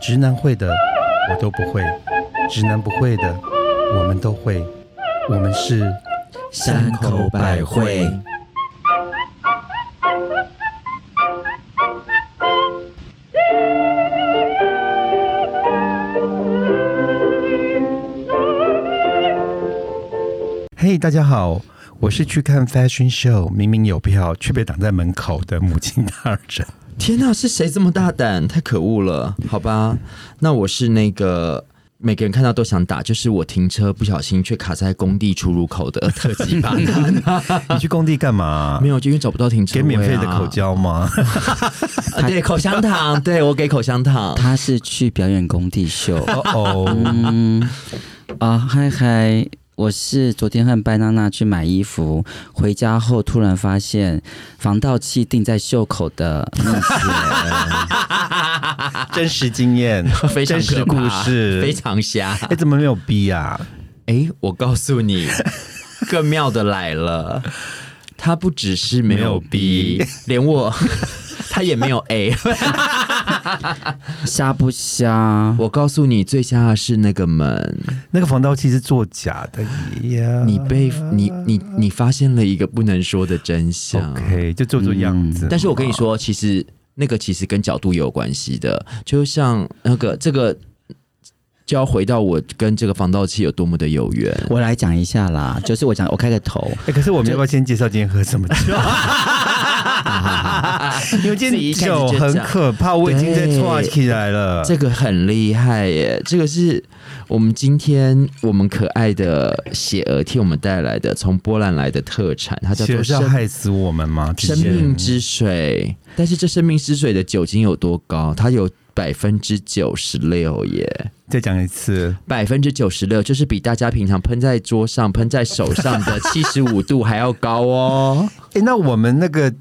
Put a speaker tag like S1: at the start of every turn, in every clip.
S1: 直男会的我都不会，直男不会的我们都会，我们是
S2: 山口百惠。
S1: 嘿大家好，我是去看 fashion show，明明有票却被挡在门口的母亲大 人。
S2: 天哪，是谁这么大胆？太可恶了，好吧？那我是那个每个人看到都想打，就是我停车不小心却卡在工地出入口的特级巴拿拿。
S1: 你去工地干嘛？
S2: 没有，就因为找不到停车
S1: 给
S2: 位、啊。
S1: 免费的口交吗？
S2: 啊对，口香糖，对我给口香糖。，
S3: 他是去表演工地 秀
S1: 。哦哦，
S3: 嗯，啊，嗨嗨，我是昨天和拜娜娜去买衣服，回家后突然发现防盗器钉在袖口的嗯密鞋，
S1: 真实经验
S2: 非常
S1: 真实
S2: 可
S1: 故
S2: 怕
S1: 事，
S2: 非。常瞎。
S1: 哎，怎么没有逼啊？
S2: 哎，我告诉你，更妙的来了，他不只是没有 B，连我 他也没有 A。
S3: 瞎不瞎？
S2: 我告诉你，最瞎的是那个门，
S1: 那个防盗器是作假的呀。
S2: 你被你你你发现了一个不能说的真相。
S1: OK，就做做样子。哦
S2: 但是我跟你，说，其实那个其实跟角度也有关系的，就像那个这个。就要回到我跟这个防盗器有多么的有缘，
S3: 我来讲一下啦，就是我讲，我开个头，
S1: 哎，可是我们要不要先介绍今天喝什么酒？因为今
S2: 自己一
S1: 天
S2: 开始
S1: 酒
S2: 就
S1: 很
S2: 讲
S1: 可怕，我已经在
S2: 对
S1: 抓起来了。
S2: 这个很厉害耶！这个是我们今天我们可爱的雪儿替我们带来的从波兰来的特产，它叫
S1: 其
S2: 做
S1: 实是要
S2: 生
S1: 害死我们吗？
S2: 生命之水。但是这生命之水的酒精有多高？它有百分之九十六耶！
S1: 再讲一次，
S2: 百分之九十六就是比大家平常喷在桌上、喷在手上 的七十五度还要高哦。
S1: 哎，那我们那个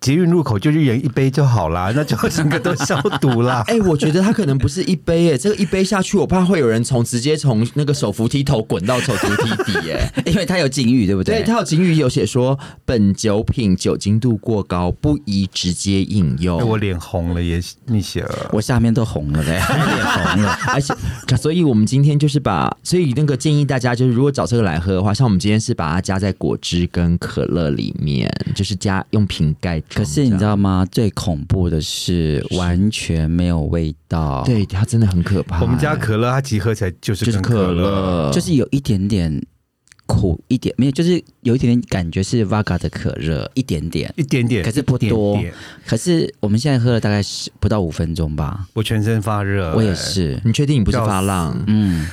S1: 捷运入口就一人一杯就好啦，那就整个都消毒
S2: 。
S1: 啦
S2: 哎、我觉得它可能不是一杯耶，这个一杯下去，我怕会有人从直接从那个手扶梯头滚到手扶梯底 耶。
S3: 因为他有禁欲，对不
S2: 对，
S3: 对？
S2: 它有警语有写说，本酒品酒精度过高，不宜直接饮用。
S1: 哎我脸红了也，蜜雪儿。
S3: 我下面都红了 嘞， 脸红了。
S2: 而且，所以我们今天就是把，所以那个建议大家就是，如果找这个来喝的话，像我们今天是把它加在果汁跟可乐里面，就是加用瓶盖装这
S3: 可
S2: 样。
S3: 是你知道吗？最恐怖的是完全没有味道，，
S2: 对它真的很可怕、
S1: 我们家可乐，它其实喝起来就是
S2: 就是
S1: 跟
S2: 可
S1: 乐，
S2: 乐，
S3: 就是有一点点苦，一点没有，就是有一点点感觉是 Vaga 的可乐，一点点。
S1: 一点点，
S3: 可是不
S1: 一点
S3: 多
S1: 点
S3: 可是我们现在喝了大概是不到五分钟吧，
S1: 我全身发热，
S3: 我也。是。
S2: 你确定你不是发浪？
S3: 嗯，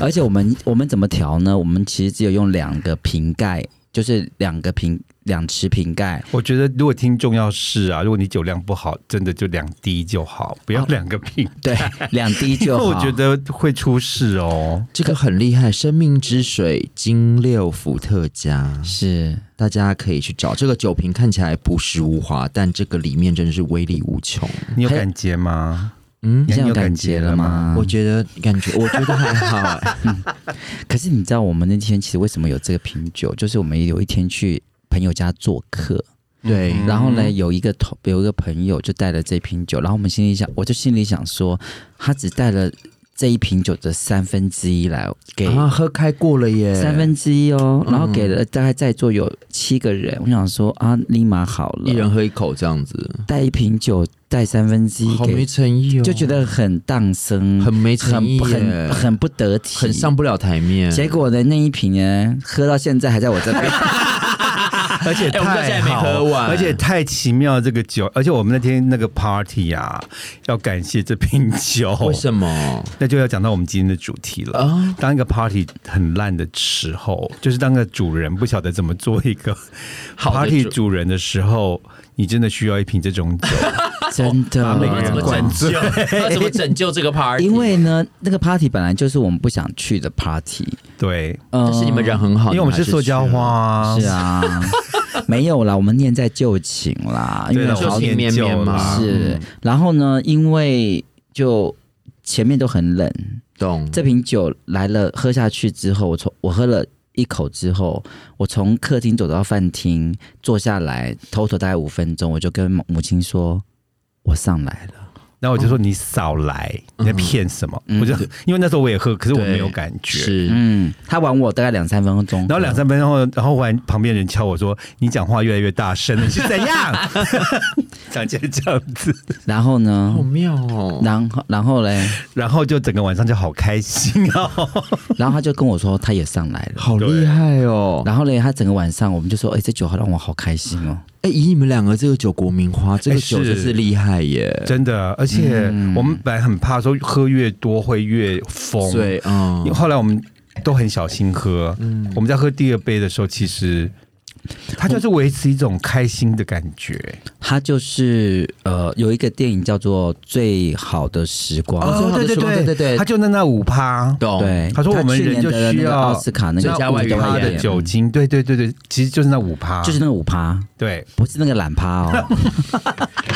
S3: 而且我们我们怎么调呢？我们其实只有用两个瓶盖，就是两个瓶两匙瓶盖，
S1: 我觉得如果听众要试啊，如果你酒量不好，真的就两滴就好，不要两个瓶，
S3: 对，两滴
S1: 因
S3: 就
S1: 为
S3: 好。
S1: 我觉得会出事哦。
S2: 这个很厉害，生命之水精六伏特加。
S3: 是
S2: 大家可以去找这个酒瓶，看起来朴实无华，但这个里面真的是威力无穷。
S1: 你有
S3: 还有
S1: 感觉吗？
S2: 嗯
S3: 你
S1: 你
S3: 现在有
S1: 有
S3: 感
S1: 感
S3: 觉
S1: 觉
S3: 了
S1: 了
S3: 吗
S1: 吗？
S2: 我觉得感觉，我觉得还 好、欸。
S3: 可是你知道我们那天其实为什么有这个品酒？就是我们有一天去朋友家做客，
S2: 对，
S3: 然后呢，有一个同有一个朋友就带了这瓶酒，然后我们心里想，我就心里想说，他只带了这一瓶酒的三分之一来给、
S2: 啊，嗯喝开过了耶，
S3: 三分之一哦，然后给了大概在座有七个人，我想说啊，立马好了，
S2: 一人喝一口这样子，
S3: 带一瓶酒，带三分之一
S2: 好没
S3: 给，
S2: 诚意哦，
S3: 就觉得很荡生，
S2: 很没诚意
S3: 很
S2: 耶，
S3: 很
S2: 很
S3: 很不得体，
S2: 很上。不了台面。
S3: 结果呢，那一瓶呢，喝到现在还在我这边。
S1: 而且
S2: 哎我们到现
S1: 太
S2: 在还没
S1: 好，
S2: 喝完
S1: 而且太奇妙这个酒，而且我们那天那个 party 啊，要感谢这瓶酒，
S2: 为什么？
S1: 那就要讲到我们今天的主题了。
S2: 啊
S1: 当一个 party 很烂的时候，就是当个主人不晓得怎么做一个
S2: 好的
S1: party
S2: 主
S1: 主人的时候，你真的需要一瓶这种酒。
S3: 真的，
S1: 把每个人
S2: 怎么
S1: 灌
S2: 拯救？ 要怎么拯救这个 party？
S3: 因为呢，那个 party 本来就是我们不想去的 party，
S1: 对，
S3: 嗯
S2: 但是你们人很好，
S1: 因为我们
S2: 你
S1: 是
S2: 还
S1: 塑胶花、啊，
S3: 是啊，没有啦，我们念在旧情啦，因
S1: 对
S3: 为
S1: 了，
S2: 就
S1: 好
S3: 好
S2: 是
S1: 念
S2: 绵绵
S1: 旧啊
S2: 嘛
S1: 啦。
S3: 是，然后呢，因为就前面都很冷，
S2: 去了懂
S3: 这瓶酒来了，喝下去之后，我从我喝了。一口之后，我从客厅走到饭厅，坐下来，偷偷大概五分钟，我就跟母母亲说：“我上来了。
S1: 然后我就说你少来，你在骗什么？我就因为那时候我也喝，可是我没有感觉。
S2: 是
S3: 嗯，他玩我大概两三分钟，
S1: 然后两三分钟后，然后忽然旁边人敲我说：“你讲话越来越大声了，你是怎样？” 讲起来这样子，
S3: 然后呢
S2: 好？妙哦。
S3: 然后然后嘞，
S1: 然后就整个晚上就好开心哦。
S3: 然后他就跟我说他也上来了，
S2: 好厉害哦！
S3: 然后嘞，他整个晚上我们就说，哎、这酒好让我好开心哦。
S2: 哎、以你们两个这个酒国民花，这个
S1: 哎
S2: 酒
S1: 是
S2: 真是厉害耶！
S1: 真的，而且
S2: 嗯
S1: 我们本来很怕说喝越多会越疯，
S2: 对，
S1: 因为
S2: 嗯，
S1: 后来我们都很小心喝。我们在喝第二杯的时候，其实它就是维持一种开心的感觉。
S3: 他就是呃，有一个电影叫做《最好的时光》，
S2: 哦对对对对对
S1: 它就那那五趴。
S2: 懂。
S3: 对，
S1: 他说我们
S3: 去
S1: 人
S3: 年
S1: 就
S3: 得了
S1: 需
S3: 那个
S1: 要
S3: 奥斯卡那个
S2: 最佳外语
S3: 最佳
S1: 它
S2: 表演
S1: 的酒精，对对对对，其实就是那五趴，
S3: 就是那个五趴，
S1: 对，
S3: 不是那个懒趴哦，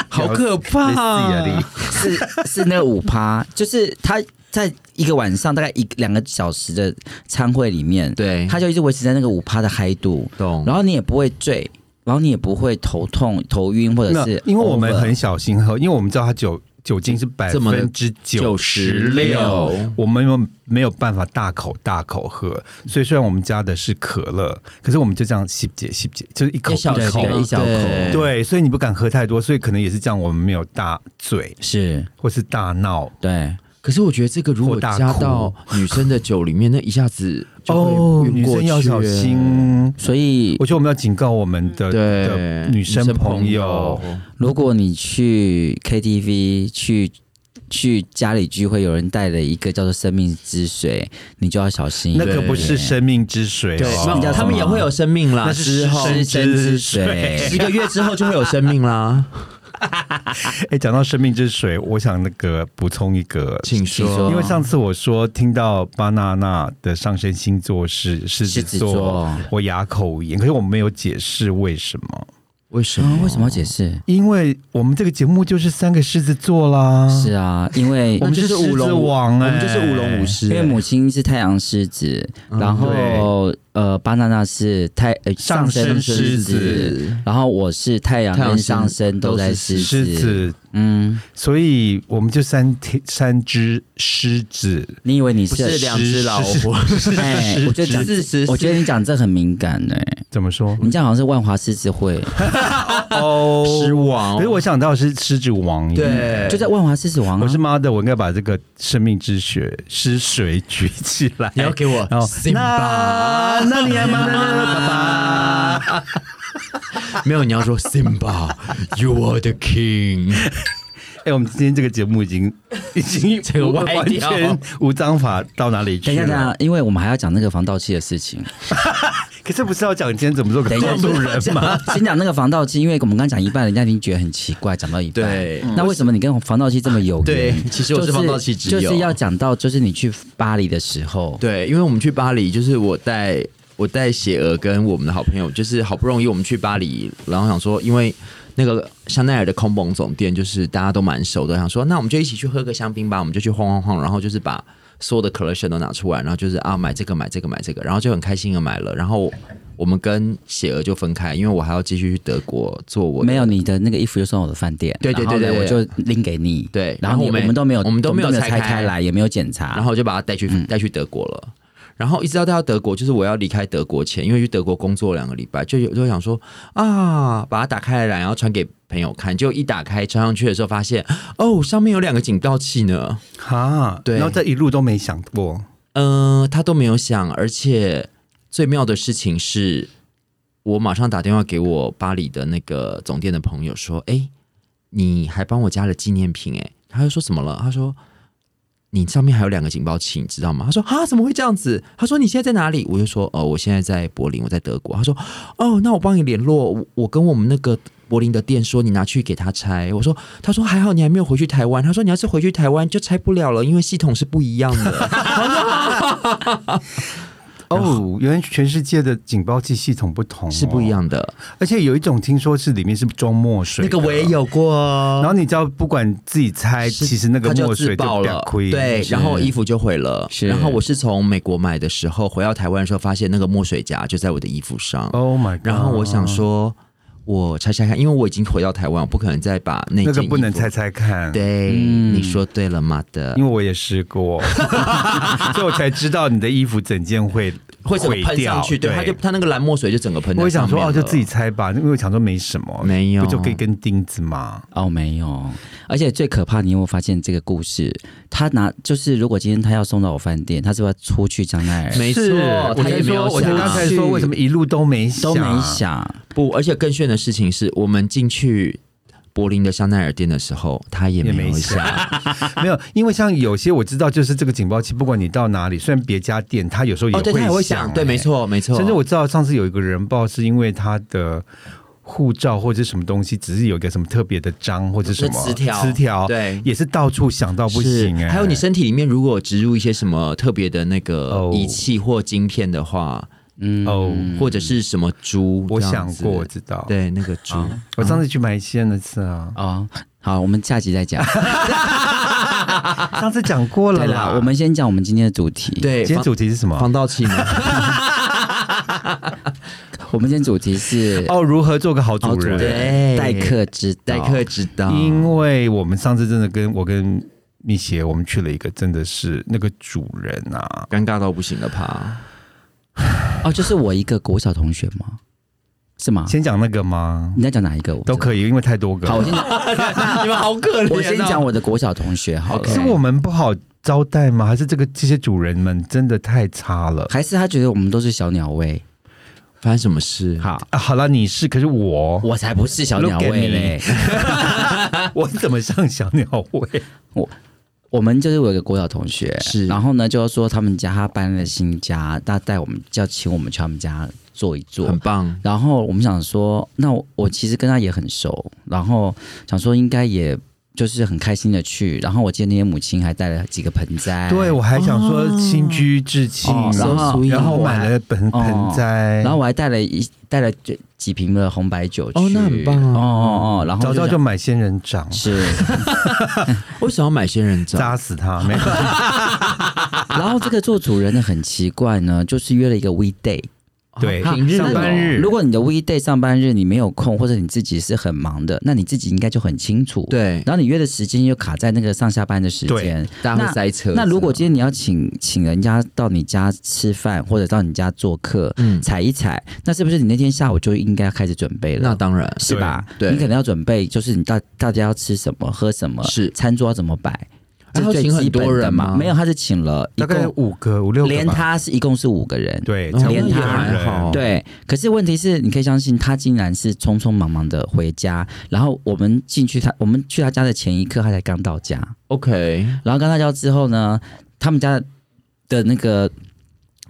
S2: 好可怕
S1: 类似啊而已
S3: 是是那个五趴，就是他在一个晚上大概一两个小时的餐会里面，
S2: 对
S3: 他就一直维持在那个五趴的嗨度，
S2: 懂
S3: 然后你也不会醉，然后你也不会头痛、头晕或者
S1: 那
S3: 是
S1: 因为我们
S3: over
S1: 很小心喝，因为我们知道它酒酒精是百
S2: 这么的
S1: 分之九十六
S2: 96，
S1: 我们没有没有办法大口大口喝，所以虽然我们加的是可乐，可是我们就这样吸解吸解，就是一口
S3: 一小
S1: 一口
S3: 口。一小口，
S2: 对
S1: 对，所以你不敢喝太多，所以可能也是这样，我们没有大醉
S3: 是，
S1: 或是大闹。
S3: 对，
S2: 可是我觉得这个如果
S1: 或大哭
S2: 加 到女生的酒里面，那一下子就
S1: 哦，
S2: 会晕
S1: 女
S2: 过
S1: 生
S2: 去。
S1: 要小心。
S3: 所以
S1: 我觉得我们要警告我们的
S2: 对
S1: 的，女生朋友，
S3: 如果你去 KTV 去。去家里聚会，有人带了一个叫做“生命之水”，你就要小心一
S1: 那
S3: 点。
S1: 个不是生命之水
S2: 对
S1: 哦，
S3: 那
S2: 他们也会有生命啦，
S1: 那
S2: 之
S1: 是
S2: 后
S1: 生
S3: 生
S1: 之
S3: 之
S1: 水
S3: 水。
S2: 一个月之后就会有生命啦，
S1: 哎、讲到生命之水，我想那个补充一个，
S2: 请
S3: 请
S2: 说。
S3: 说
S1: 因为上次我说听到巴娜娜的上升星座是狮子
S3: 狮子
S1: 座，
S3: 座
S1: 我哑口无言，可是我没有解释为什么，
S2: 为什
S3: 啊
S2: 么？？
S3: 为什么要解释？
S1: 因为我们这个节目就是三个狮子座啦，
S3: 是啊，因为
S1: 我们是狮子王、
S2: 我
S1: 哎，
S2: 们就是舞龙舞。狮
S3: 因为
S2: 欸，
S3: 母亲是太阳狮子，
S2: 嗯
S3: 然后呃，巴娜娜是太、呃、
S1: 上升
S3: 升
S1: 狮
S3: 子，
S1: 子，
S3: 然后我是太阳
S2: 太阳
S3: 跟
S2: 狮
S3: 上升都在
S2: 都
S3: 狮
S2: 是
S1: 狮子，
S3: 嗯，
S1: 所以我们就三天三只狮子，
S3: 你以为你
S2: 不
S3: 是
S2: 是两只老虎，
S3: 哎、我觉得讲
S2: 狮子
S3: 我觉得你讲这很敏感哎、
S1: 怎么说？
S3: 你这样好像是万华狮子会，
S1: 哦，
S2: 狮王。
S1: 可是我想到是狮子王，
S2: 对，
S3: 就在万华狮子王、啊。
S1: 我是妈的，我应该把这个生命之血失水举起来。
S2: 你要给我
S1: 然后
S2: 辛巴，
S1: 哎哦那你要 妈妈爸爸，
S2: 没有，你要 说 Simba，You are the king。
S1: 哎，我们今天这个节目已经已经
S2: 这个歪
S1: 完
S2: 掉
S1: 全无章法到哪里
S3: 等
S1: 去
S3: 一下，等一
S1: 了？
S2: 啊
S3: 下，因为我们还要讲那个防盗器的事情。
S1: 可是不是要讲今天怎么做
S3: 等
S1: 个
S3: 一下，
S1: 做路人 吗？
S3: 先讲那个防盗器，因为我们刚讲一半，人家已经觉得很奇怪，讲到一半。
S2: 对
S3: 那为什么你跟防盗器这么有缘？
S2: 对其实我是
S3: 就是
S2: 防盗器之友
S3: 就是要讲到，就是你去巴黎的时候，
S2: 对，因为我们去巴黎，就是我带我带雪儿跟我们的好朋友，就是好不容易我们去巴黎，然后想说，因为那个香奈儿的空蒙总店，就是大家都蛮熟的，想说那我们就一起去喝个香槟吧，我们就去晃晃晃，然后就是把所有的 collection 都拿出来，然后就是啊买这个买这个买这个，然后就很开心的买了，然后我们跟雪儿就分开，因为我还要继续去德国做我的
S3: 没有你的那个衣服就送我的饭店，
S2: 对对
S3: 然后呢
S2: 对对
S3: 我
S2: 对
S3: 就拎给你。
S2: 对
S3: 然
S2: 然
S3: 后你
S2: 后我们
S3: 们都没有，
S2: 我们都没有拆
S3: 拆
S2: 开
S3: 开来，也没有检查。
S2: 然后我就把他带去带去德国了。然后一直到带到德国，就是我要离开德国前，因为去德国工作两个礼拜，就有就想说啊，把它打开来，然后传给朋友看。就一打开穿上去的时候，发现哦，上面有两个警报器呢。
S1: 啊，
S2: 对
S1: 然后这一路都没想过，
S2: 嗯、他都没有响，而且最妙的事情是，我马上打电话给我巴黎的那个总店的朋友说，哎，你还帮我加了纪念品哎、他就说什么了？他说你上面还有两个警报器，你知道吗？他说啊，怎么会这样子？他说你现在在哪里？我就说哦，我现在在柏林，我在德国。他说哦，那我帮你联络，我我跟我们那个柏林的店说，你拿去给他拆。我说，他说还好你还没有回去台湾。他说你要是回去台湾就拆不了了，因为系统是不一样的。
S1: 哦，原来全世界的警报器系统不同、哦
S2: 是不一，样的，
S1: 而且有一种听说是里面是装墨水，
S2: 那个我也。有过
S1: 然
S2: 哦。
S1: 后你只要不管自己猜，
S2: 是
S1: 其实那个
S2: 它就
S1: 墨水
S2: 自爆
S1: 就
S2: 了，
S1: 亏。
S2: 对，然后衣服就毁了。
S3: 是
S2: 然后我是从美国买的
S1: 哦
S2: 时候，回到台湾的时候，发现那个墨水夹就在我的衣服上。
S1: ，Oh my god！
S2: 然后我想，说，我猜猜看，因为我已经回到台湾，我不可能再把那
S1: 那个
S2: 件
S1: 不能嗯
S2: 衣服
S1: 猜。猜看，
S2: 对，
S3: 嗯
S2: 你说对了嘛的
S1: 因，为我也试过， 所以我才知道你的衣服整件会
S2: 会怎么
S1: 毁
S2: 喷
S1: 掉
S2: 上去？对，
S1: 对，
S2: 它就它那个蓝墨水就整个喷在
S1: 我想
S2: 上
S1: 说
S2: 面
S1: 哦，就
S2: 了
S1: 自己猜吧，因为我想说没什么，
S2: 没有
S1: 不就可以跟钉子吗？
S3: 哦，没有，而且最可怕，你有没有发现这个故事？他拿就是，如果今天他要送到我饭店，他是不是要出去江奈尔？
S2: 没错
S1: 是
S2: 他
S1: 我才
S2: 也没有
S1: 说，我才
S2: 想
S1: 刚才说为什么一路都没想，
S3: 都没想，
S2: 不，而且更炫的事情是我们进去柏林的香奈儿店的时候，他也
S1: 也
S2: 没
S1: 没
S2: 有
S1: 想
S2: 想。
S1: 没有，因为像有些我知道，就是这个警报器，不管你到哪里，虽然别家店，它有时候也
S2: 哦，对，他也会想，
S1: 响，
S2: 对，
S1: 哎
S2: 没。错，没错。
S1: 甚至我知道上次有一个人报是因为他的护照或者什么东西，只是有一个什么特别的章或者什么
S2: 是词条哦
S1: 词条
S2: 对
S1: 也是到处想到不
S2: 是
S1: 行哎、
S2: 还有你身体里面如果有植入一些什么特别的那个
S1: 哦
S2: 仪器或晶片的话，
S3: 嗯，
S1: 哦，
S2: 或者是什么猪，
S1: 我
S2: 这样啊
S1: 想
S2: 子
S1: 过，我知道，，啊
S2: 对，那个猪。
S1: 我上次去马来西亚那次啊，
S3: 哦，好，我们下集再讲。
S1: 上次讲过了
S3: 对啦，我们先讲我们今天的主题。，
S2: 对，
S1: 今天
S2: 防
S1: 主题是什么
S2: 防？盗器嘛，
S3: 我们今天主题是
S1: 哦，如何做个好主人？
S2: 对，
S3: 待客之道
S2: 待客之 道，
S1: 因为我们上次真的跟我跟蜜姐，我们去了一个真的是那个主人啊，
S2: 尴尬到不行了吧？
S3: 哦，就是我一个国小同学吗？是吗？
S1: 先讲那个吗？
S3: 你在讲哪一个？啊我不知道
S1: 都可以，因为太多个了。
S3: 好，我先 讲，
S2: 你们好可怜。哦
S3: 我先讲，我的国小同学好了。
S1: 是我们不好招待吗？还是这个这些主人们真的太差了？
S3: 还是他觉得我们都是小鸟胃？
S2: 发生什么事？
S3: 好，
S1: 啊、好了，你是，可是我
S3: 我才不是小鸟
S1: Look at
S3: 胃
S1: me
S3: 嘞。
S1: 我怎么上小鸟胃？
S3: 我们就是有一个国小同学，
S2: 是
S3: 然后呢，就说他们家他搬了新家，他带我们就要请我们去他们家坐一坐
S2: 很。棒，
S3: 然后我们想说，那我我其实跟他也很熟，然后想说应该也就是很开心的去。然后我记得那天母亲还带了几个盆栽，
S1: 对，我还想说新居置气，
S3: 哎哦
S1: 然
S3: 然
S1: 后
S3: 后
S1: 然后买了盆
S3: 哦
S1: 盆栽，
S3: 然后我还带了一带了就几瓶的红白酒去。
S2: 哦那很棒啊
S3: 哦哦哦，然后
S1: 早知道
S3: 就
S1: 就买仙人掌
S3: 想，是，啊
S2: 为什么要买仙人掌？
S1: 扎死 他！没有，
S3: 然后这个做主人的很奇怪呢，就是约了一个 weekday。
S1: 对
S2: 平日
S1: 上班日
S3: 如果你的 weekday 上班日你没有空，或者你自己是很忙的，那你自己应该就很清楚。。
S2: 对，
S3: 然后你约的时间又卡在那个上下班的时间，
S2: 大家会塞车。
S3: 那如果今天你要请请人家到你家吃饭，或者到你家做客，
S2: 嗯，
S3: 踩一踩，那是不是你那天下午就应该开始准备了？
S2: 那当然
S3: 是吧？
S2: 对对
S3: 你可能要准备，就是你大大家要吃什么，喝什么，
S2: 是啊
S3: 餐桌要怎么摆，
S2: 他
S3: 这
S2: 会
S3: 最
S2: 请很
S3: 基本
S2: 多
S3: 的
S2: 人
S3: 嘛？
S2: 吗
S3: 没有，他是请了一
S1: 大概
S3: 共
S1: 五个五六个吧，
S3: 连他是一共是五个人，
S1: 对，
S2: 哦
S1: 才五
S3: 连
S1: 个
S3: 他
S1: 人
S2: 还好
S3: 对，可是问题是，你可以相信他竟然是匆匆忙忙的回家，然后我们进去他，我们去他家的前一刻，他才刚到家，
S2: OK，
S3: 然后刚到家之后呢，他们家的那个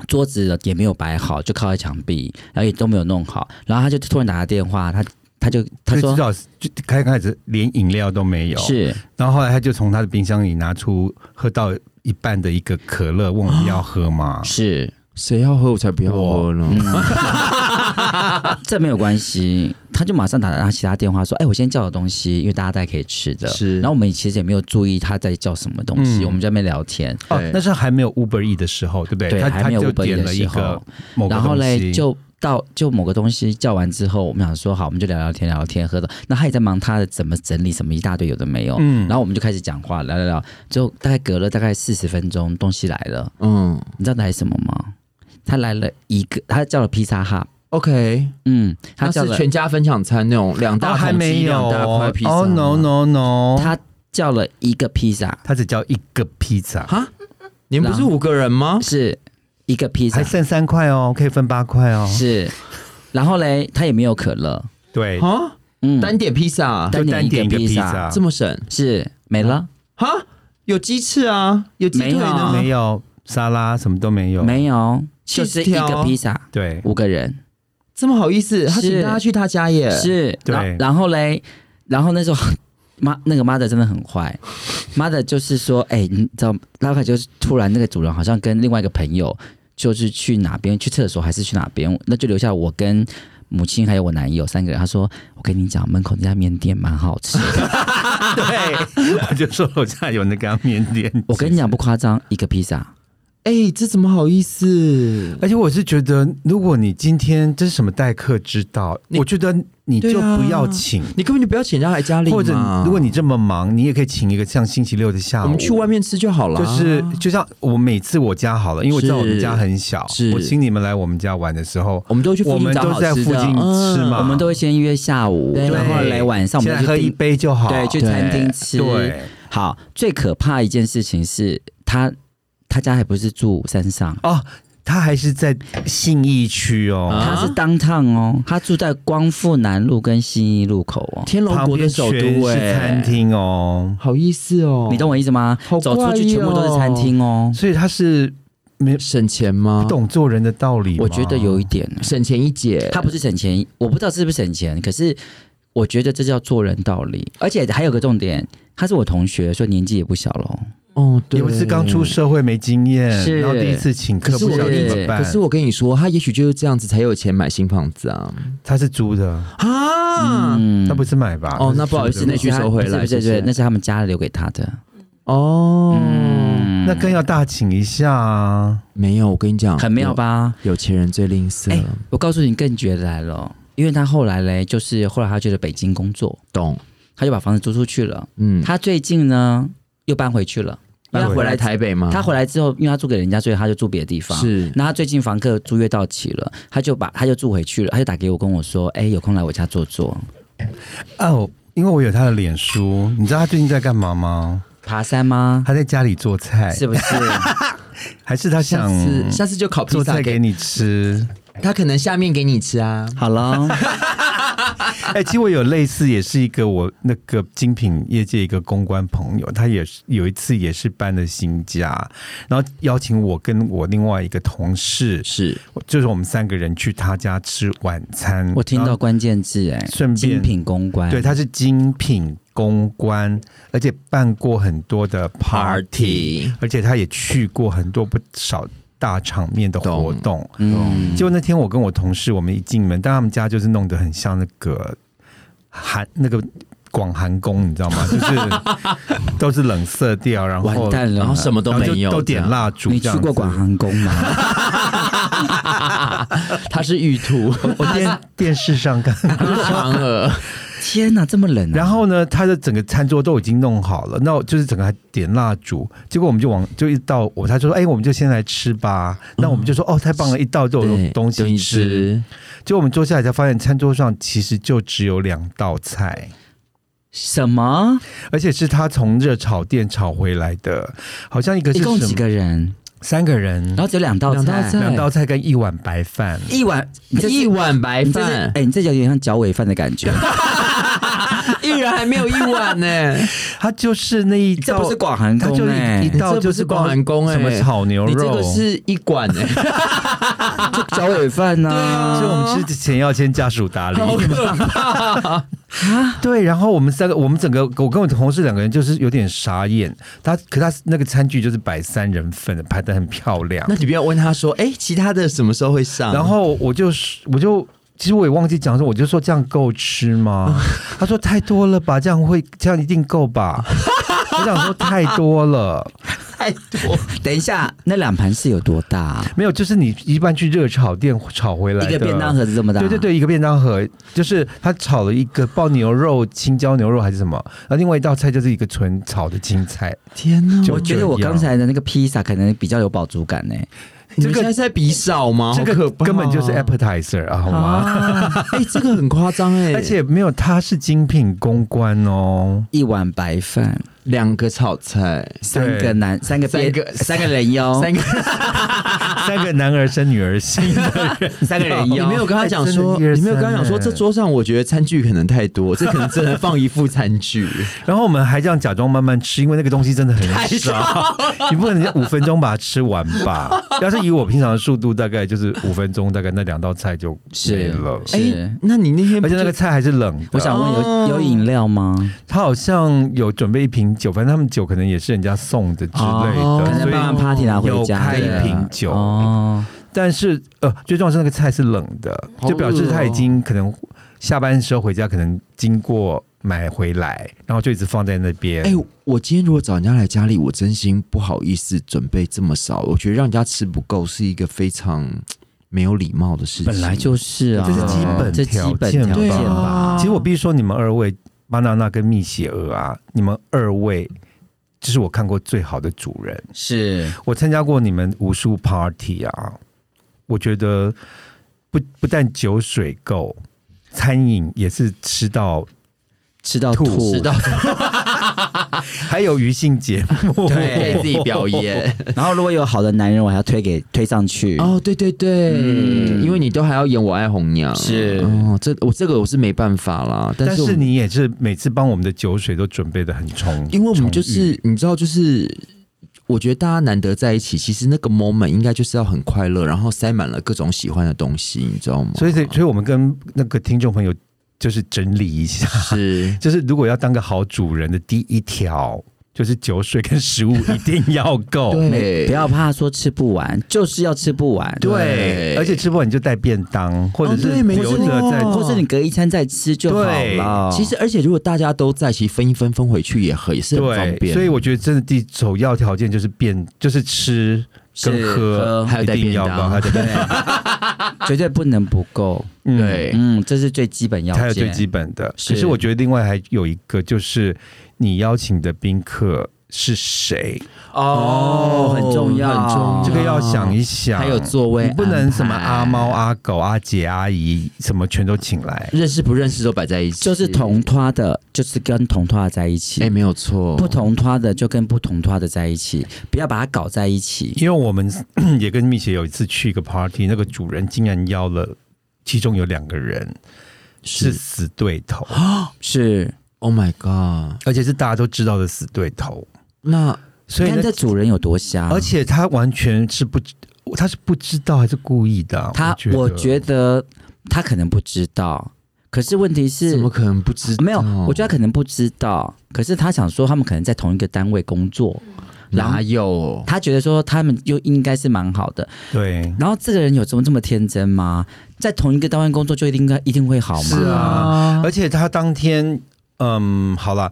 S3: 桌子也没有摆好，就靠在墙壁，然后也都没有弄好，然后他就突然打来电话，他他就他
S1: 就
S3: 说
S1: 至。少是就开开始连饮料都没有，
S3: 是，
S1: 然后后来他就从他的冰箱里拿出喝到一半的一个可乐，问我们要喝吗？
S3: 是，嗯
S2: 谁要喝我才不要喝呢？
S3: 这没有关系。他就马上打他其他电话说：“哎、我先叫了东西，因为大家带可以吃的。”
S2: 是
S3: 然后我们其实也没有注意他在叫什么东西，
S1: 嗯
S3: 我们在那边聊天。
S1: 哦
S2: 对，
S1: 那是还没有 Uber E 的时候，对不对？
S3: 对
S1: 他
S3: 还
S1: 他
S3: 没有
S1: 就
S3: Uber Eats
S1: 点了一
S3: 的时
S1: 个
S3: 候
S1: 某个
S3: 然后
S1: 东
S3: 嘞，
S1: 西，
S3: 就到就某个东西叫完之后，我们想说好，我们就聊聊天，聊聊天，喝的。那他也在忙他的怎么整理，什么一大堆有的没有。
S1: 嗯
S3: 然后我们就开始讲话，聊聊聊。最后大概隔了大概四十分钟，东西来了，
S2: 嗯
S3: 你知道来什么吗？他来了一个，他叫了披萨哈，
S2: ，OK，
S3: 嗯，他
S2: 它
S3: 叫
S2: 是
S3: 了
S2: 全家分享餐那种两
S1: 哦
S2: 大
S1: 还
S2: 桶
S1: 没
S2: 鸡
S1: 有
S2: 两大块
S1: 哦
S2: 披萨。
S1: 哦 no no no，他
S3: 他叫了一个披萨，
S1: 他只叫一个披萨，
S2: 哈，你们不是五个人吗？
S3: 是一个披萨
S1: 还，剩三块哦，可以分八块哦，
S3: 是。然后嘞，他也没有可乐，
S1: 对，
S2: 啊，
S3: 嗯，
S2: 单点披萨啊
S3: 单
S1: 就单点一
S3: 点一
S1: 个
S3: 个
S1: 披
S3: 披萨
S1: 萨
S2: 这，么省
S3: 是没了，
S2: 哈？有鸡翅啊，有鸡腿
S3: 没有
S2: 呢，
S1: 没有沙拉，什么都没有，
S3: 没有，就是一
S2: cheese 条
S3: 个披萨，
S1: 对，
S3: 五个人。
S2: 这么好意思，他请
S3: 是
S2: 大家去他家耶。
S3: 是，
S1: 对
S3: 然然后嘞，然后那时候妈那个妈的真的很坏，妈的就是说，哎、你知道，拉开就是突然那个主人好像跟另外一个朋友，就是去哪边去厕所还是去哪边，那就留下我跟。母亲还有我男友三个人，他说：“我跟你讲，门口那家面店蛮好吃的。
S1: 对，我就说楼下有那个面店，啊
S3: 我跟你讲不夸张，一个披萨
S2: 哎、哎、这怎么好意思？
S1: 而且我是觉得，如果你今天这是什么待客之道，
S2: 你
S1: 我觉得你就
S2: 对啊
S1: 不要请，
S2: 你根本就不要请人家来家里嘛，
S1: 或者如果你这么忙，你也可以请一个像星期六的下午，
S2: 啊我们去外面啊吃就好了，
S1: 就是就像我每次我家好了，因为我知道我们家很小
S2: 是，
S1: 我请你们来我们家玩的时候，
S2: 我们都去附
S1: 我
S2: 近
S1: 们
S2: 找
S1: 都
S2: 好
S1: 在
S2: 吃
S1: 附
S2: 的
S1: 近吃嘛
S2: 嗯
S3: 我们都会先约下午，
S2: 对
S3: 然后来晚上我
S1: 现
S3: 们
S1: 在
S3: 就
S1: 喝一
S3: 订
S1: 杯就好，
S3: 对，去
S2: 对
S3: 餐厅吃。
S1: 对，
S3: 好，最可怕一件事情是他他家还不是住山上，
S1: 哦，他还是在信义区哦，
S2: 啊
S3: 他是当趟哦，他住在光复南路跟信义路口哦。
S2: 天龙
S1: 旁
S2: 国的
S1: 边
S2: 首
S1: 全
S2: 都
S1: 是
S2: 哎、
S1: 餐厅哦，
S2: 好意思哦，
S3: 你懂我意思吗？
S2: 好怪
S3: 走
S2: 异
S3: 出去全部都是餐厅哦。
S1: 所以他是没
S2: 省钱吗？
S1: 不懂做人的道理吗，
S3: 我觉得有一点，
S2: 省钱一姐，
S3: 他不是省钱，我不知道是不是省钱，可是我觉得这叫做人道理。而且还有个重点，他是我同学，所以年纪也不小喽。
S2: 哦，对，
S1: 尤其是刚出社会没经验，
S3: 是
S1: 然后第一次请客
S2: 可是
S1: 不
S2: 我
S1: 晓
S2: 跟
S1: 得
S2: 你
S1: 怎么
S2: 可
S1: 办，
S2: 是我跟你说，他也许就是这样子才有钱买新房子啊
S1: 他是租的，
S2: 啊！
S3: 嗯
S1: 那不是买吧？
S2: 哦
S1: 他
S2: 那
S1: 租的
S2: 不好意思
S1: 吧
S2: 那句收回来
S3: 不是不
S2: 谢谢
S3: 是，那是他们家留给他的。
S2: 哦，
S3: 嗯，
S1: 那更要大请一下啊！
S2: 没有，我跟你讲，
S3: 很妙吧？
S2: 有？有钱人最吝啬，
S3: 哎我告诉你，更绝的来了，因为他后来嘞，就是后来他去了北京工作，
S2: 懂？
S3: 他就把房子租出去了。
S2: 嗯，
S3: 他最近呢又搬回去了，因为
S1: 搬
S3: 他
S1: 回啊
S3: 回来
S2: 台北吗？
S3: 他回来之后，因为他租给人家，所以他就住别的地方。。
S2: 是
S3: 那他最近房客租约到期了，他就把他就住回去了，他就打给我跟我说：“哎、有空来我家坐坐，
S1: 哦，因为我有他的脸书，你知道他最近在干嘛吗？
S3: 爬山吗？
S1: 他在家里做菜，
S3: 是 不是？
S1: 还是他
S2: 下
S1: 想
S2: 次下次 就烤披
S1: 做
S2: 萨
S1: 菜给
S2: 给你，
S1: 你吃？
S2: 他可能下面给你吃啊。
S3: 好了，
S1: 哎、其实我有类似，也是一个我那个精品业界一个公关朋友，他也是有一次也是搬了新家，然后邀请我跟我另外一个同事，
S2: 是
S1: 就是我们三个人去他家吃晚餐。
S3: 我听
S1: 然
S3: 到
S1: 后
S3: 关键字哎、
S1: 顺便
S3: 精品公关，
S1: 对，他是精品公关，而且办过很多的 party，
S2: party，
S1: 而且他也去过很多不少大场面的活动。
S3: 嗯，
S1: 结果那天我跟我同事，我们一进门，但他们家就是弄得很像那个韩那个广寒宫，你知道 吗？就是都是冷色调，然后
S3: 完蛋了，
S2: 然后什么都
S1: 然后就
S2: 没有，
S1: 都点蜡烛
S3: 你
S1: 这样
S3: 去
S1: 子。
S3: 过广寒宫吗？
S2: 这样，他是玉兔，
S1: 我 电电视上看，
S3: 嗯
S2: 他是嫦娥，
S3: 天哪，这么冷、啊！
S1: 然后呢，他的整个餐桌都已经弄好了，那我就是整个还点蜡烛，结果我们就往就一到我，他就说：“哎、我们就先来吃吧。那我们就说：“哦，太棒
S3: 嗯
S1: 了，一道就有
S2: 对
S1: 东西吃。
S2: 吃，
S1: 结果我们坐下来才发现，餐桌上其实就只有两道菜，
S3: 什么？
S1: 而且是他从热炒店炒回来的，好像一个是
S3: 一共
S1: 什
S3: 几
S1: 么？
S3: 个人？
S1: 三个人
S2: 哦
S3: 然，后只有两道菜，
S2: 两道菜
S1: 两道菜跟一碗白饭。
S3: 一碗，你这是
S2: 一碗白
S3: 你这是
S2: 饭
S3: 哎、，你这有点像脚尾饭的感觉，
S2: 一人还没有一碗呢。
S1: 他就是那一
S3: 这
S1: 道，
S3: 不是广寒
S1: 他
S3: 宫
S1: 就
S3: 哎、
S1: 一一道
S2: 欸这
S1: 就
S2: 不是广寒宫哎
S1: 什么炒牛肉，
S2: 你这个是一管哎、
S3: 就脚尾饭啊呐、
S1: 所以我们吃之前要先家属打理。
S2: 好可怕！
S1: 对，然后我们三个，我们整个我跟我同事两个人就是有点傻眼，他可他那个餐具就是摆三人份的，排的很漂亮
S2: 那。你不要问他说，哎、其他的什么时候会
S3: 啊
S2: 上？
S1: 然后我就是我就其实我也忘记讲说，我就说这样够吃 吗？他说太多了吧，这样会这样一定够 吧？我想说太多了，
S2: 太多，
S3: 等一下，那两盘是有多大、
S1: 没有，就是你一般去热炒店炒回来
S3: 一
S1: 的
S3: 个便当。盒子这么啊
S1: 啊
S3: 大？
S1: 对对。对，一个便当盒，就是他炒了一个爆牛肉、青椒牛肉还是什么，然后另外一道菜就是一个纯炒的青菜，
S2: 天哪！
S1: 就
S3: 我觉得我
S1: 这样
S3: 刚才的那个披萨可能比较有饱足感呢、
S2: 你
S1: 这个
S2: 们现在是在比少
S3: 哦
S2: 吗？
S1: 这
S2: 好可
S1: 个
S2: 怕
S1: 根本就是 appetizer 啊，好吗？
S2: 啊！ 哎、这个很夸张哎，
S1: 而且没有，它是精品公关哦。
S3: 一碗白饭，
S2: 两个炒菜，哦
S3: 三个男，三个
S2: 三
S3: 边
S2: 个
S3: 三个人腰，
S2: 三个
S1: 三个男儿生女儿心，
S3: 三 个人
S2: 你
S3: 腰
S2: 没有跟他讲说，
S1: 哎真的
S2: 你没有跟他讲说，
S1: 123
S2: 这桌上我觉得餐具可能太多，这可能真的放一副餐具。
S1: 然后我们还这样假装慢慢吃，因为那个东西真的很少，你不可能五分钟把它吃完 吧？要是以我平常的速度，大概就是五分钟，大概那两道菜就没了。
S3: 是
S2: 哎、那你那天
S1: 而且那个
S2: 不就
S1: 菜还是冷的，
S3: 我想问
S2: 哦
S3: 有有饮料吗？
S1: 他好像有准备一瓶酒，反正他们酒可能也是人家送的之类
S2: 哦
S1: 的，
S3: 可
S1: 所
S3: 能
S1: 以
S3: 办完 party 拿回
S1: 有
S3: 家
S1: 开
S3: 的
S1: 一瓶酒
S3: 哦，
S1: 但是呃，最重要是那个菜是冷的，
S2: 好
S1: 就表示他已经可能下班时候回家，可能经过买回来，然后就一直放在那边。
S2: 哎、我今天如果找人家来家里，我真心不好意思准备这么少，我觉得让人家吃不够是一个非常嘖没有礼貌的事情。
S3: 本来就是啊，
S1: 这是基本
S3: 这基本
S1: 条
S3: 条
S1: 件
S3: 件吧
S2: 吧？
S1: 其实我必须说，你们二位巴娜娜跟蜜雪儿啊，你们二位这是我看过最好的主人。
S3: 是
S1: 我参加过你们无数 party 啊，我觉得不不但酒水够，餐饮也是吃到，
S3: 吃到
S1: 吐
S3: 吐，
S1: 吃到还有余兴节目，
S2: 对自己表演。
S3: 然后如果有好的男人，我还要推给推上去。
S2: 哦，对对对，
S3: 嗯
S2: 因为你都还要演《我爱红娘》
S3: 是
S2: 哦，这我这个我是没办法啦，
S1: 但
S2: 是我
S1: 是
S2: 们
S1: 你也是每次帮我们的酒水都准备的很充，
S2: 因为我们就
S1: 充裕
S2: 是你知道，就是我觉得大家难得在一起，其实那个 moment 应该就是要很快乐，然后塞满了各种喜欢的东西，你知道吗？
S1: 所以所以所以我们跟那个听众朋友就是整理一下，
S2: 嗯是
S1: 就是如果要当个好主人的第一条，就是酒水跟食物一定要够。
S2: 对，
S3: 不要怕说吃不完，就是要吃不完。
S1: 对，
S2: 对
S1: 而且吃不完你就带便当，或者是
S2: 哦对没
S1: 留着
S2: 错
S1: 在
S3: 或者你隔一餐再吃就好了。
S2: 其实，而且如果大家都在，其实分一分分回去也很也是很方
S1: 对，
S2: 便。
S1: 所以我觉得真的第首要条件就是变，就是吃跟
S3: 是
S1: 喝，
S3: 喝
S2: 还有
S1: 一
S2: 带
S1: 定
S2: 便
S1: 要
S2: 当
S1: 够，还有带 便当，啊
S3: 绝对不能不够。
S1: 嗯，
S2: 对
S3: 嗯，这是最基本要件。
S1: 还有最基本的。
S3: 是
S1: 可是我觉得另外还有一个就是你邀请的宾客是谁，
S3: 哦很重要
S2: 很重要。
S1: 这个要想一想。
S2: 还有座位
S1: 你不能什么
S2: 安排
S1: 阿猫阿狗、阿姐阿姨什么全都请来。
S2: 认识不认识都摆在一起，
S3: 就是同拖的，就是跟同拖的在一起。
S2: 哎、没有错，
S3: 不同拖的就跟不同拖的在一起，不要把它搞在一起。
S1: 因为我们 也跟蜜雪有一次去一个 party，那个主人竟然邀了，其中有两个人是
S2: 是
S1: 死对头，
S3: 是，
S2: Oh my god！
S1: 而且是大家都知道的死对头，
S2: 那
S1: 所以
S3: 你看
S1: 呢
S3: 这主人有多瞎。
S1: 而且他完全是不知，他是不知道还是故意的啊？
S3: 他，
S1: 我
S3: 我
S1: 觉得
S3: 觉得他可能不知道，可是问题是
S2: 怎么可哦能不知道？
S3: 没有，我觉得他可能不知道，可是他想说他们可能在同一个单位工作，
S2: 哦
S3: 然后
S2: 哪有？
S3: 他觉得说他们又应该是蛮好的。
S1: 对，
S3: 然后这个人有这么这么天真吗？在同一个单位工作就一定该一定会好吗？
S1: 是啊，而且他当天，嗯，好了。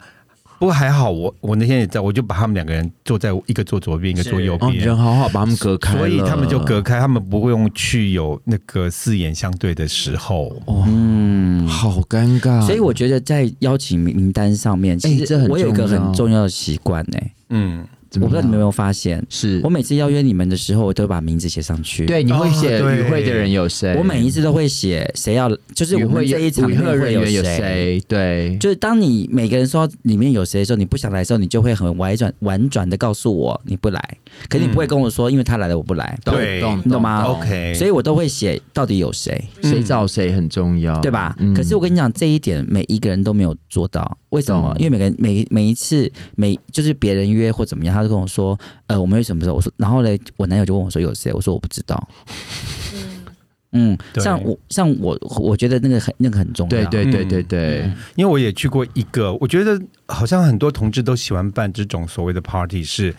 S1: 不过还好我，我那天也在，我就把他们两个人坐在一个坐左边，一个坐右
S2: 哦，你
S1: 边，
S2: 人好好把他们隔开了，
S1: 所以他们就隔开，他们不会用去有那个四眼相对的时候。
S3: 嗯，
S2: 好尴尬。
S3: 所以我觉得在邀请名名单上面，其
S2: 啊哎这
S3: 实
S2: 很
S3: 我有一个
S2: 重要
S3: 很重要的习惯呢、
S1: 嗯，
S2: 怎
S3: 我
S2: 么
S3: 不知道你们有
S2: 样
S3: 没有发现，
S2: 是
S3: 我每次邀约你们的时候，我都会把名字写上去。。
S2: 对你会写
S1: 哦对
S2: 与会的人有谁？
S3: 我每一次都会写谁要，就是
S2: 与
S3: 我们
S2: 会
S3: 这一场
S2: 与
S3: 内
S2: 会
S3: 会
S2: 人员有
S3: 谁。
S2: 谁？对，
S3: 就是当你每个人说里面有谁的时候，你不想来的时候，你就会很婉转婉转的告诉我你不来，可你不会跟我说，因为他来了我不来，
S2: 懂
S1: 对
S2: 懂
S3: 你懂吗哦
S1: OK，
S3: 所以我都会写到底有谁，
S2: 谁找谁很重要，
S3: 对吧？
S2: 嗯
S3: 可是我跟你讲，这一点每一个人都没有做到，为什么？
S2: 懂
S3: 因为每个人每每一次每就是别人约或怎么样，他就跟我说，呃，我们有什么时候？我说，然后嘞，我男友就问我说有谁？我说我不知道。嗯，
S1: 对
S3: 像我像我，我觉得那个很那个很重要。
S2: 对对对
S1: 嗯
S2: 对对，
S1: 因为我也去过一个，我觉得好像很多同志都喜欢办这种所谓的 party，是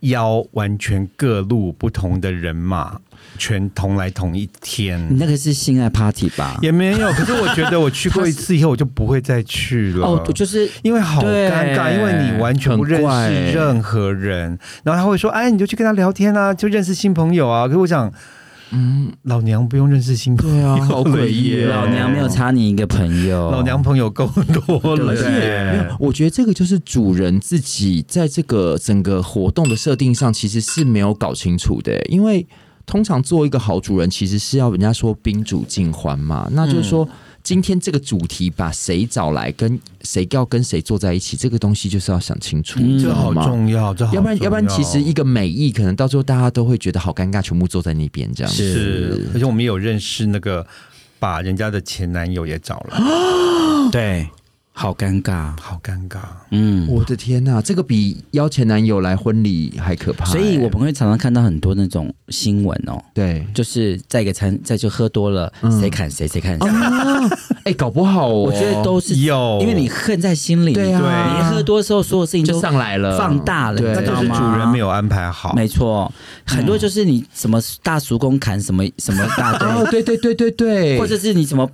S1: 邀完全各路不同的人马，全同来同一
S3: 你
S1: 天。
S3: 那个是性爱 party 吧？
S1: 也没有，可是我觉得我去过一次以后，我就不会再去了。
S3: 哦，就是
S1: 因为好尴尬，
S2: 对
S1: 因为你完全不认识任何人，然后他会说：“哎，你就去跟他聊天啊，就认识新朋友啊。”可是我想，嗯，老娘不用认识新朋友，
S2: 对啊， 好诡异哦，
S3: 老娘没有差你一个朋友，
S1: 老娘朋友够多了
S3: 对
S2: 没
S1: 耶
S2: 有。，我觉得这个就是主人自己在这个整个活动的设定上，其实是没有搞清楚的。因为通常做一个好主人，其实是要人家说宾主尽欢嘛，那就是说。今天这个主题把谁找来，跟谁要跟谁坐在一起，这个东西就是要想清楚，你知
S1: 这
S2: 道
S1: 好
S2: 吗？
S1: 重要，这好重
S2: 嗯要不然，要不然，其实一个美意，可能到最后大家都会觉得好尴尬，全部坐在那边这样子。
S1: 是，而且我们有认识那个把人家的前男友也找了，
S3: 对，好尴尬，
S1: 好尴尬。
S3: 哦嗯。
S2: 我的天呐、这个比邀前男友来婚礼还可怕欸、
S3: 所以我们会常常看到很多那种新闻哦，
S2: 对
S3: 就是在一个餐，在就喝多了，
S2: 嗯
S3: 谁砍谁，谁砍谁。
S2: 啊，哎、搞不好、哦、
S3: 哦我觉得都是
S1: 有，
S3: 因为你恨在心里，
S2: 对啊
S3: 你一喝多之后，所有事情
S2: 就
S3: 都
S2: 上来了，
S3: 放大了，
S2: 对
S1: 那
S3: 你知
S1: 就
S3: 道
S1: 是
S3: 吗？
S1: 主人没有安排好。
S3: 没错，很多就是你什么大叔公砍什么什么 大
S2: 哦，
S3: 队，
S2: 对对对对对，
S3: 或者是你怎么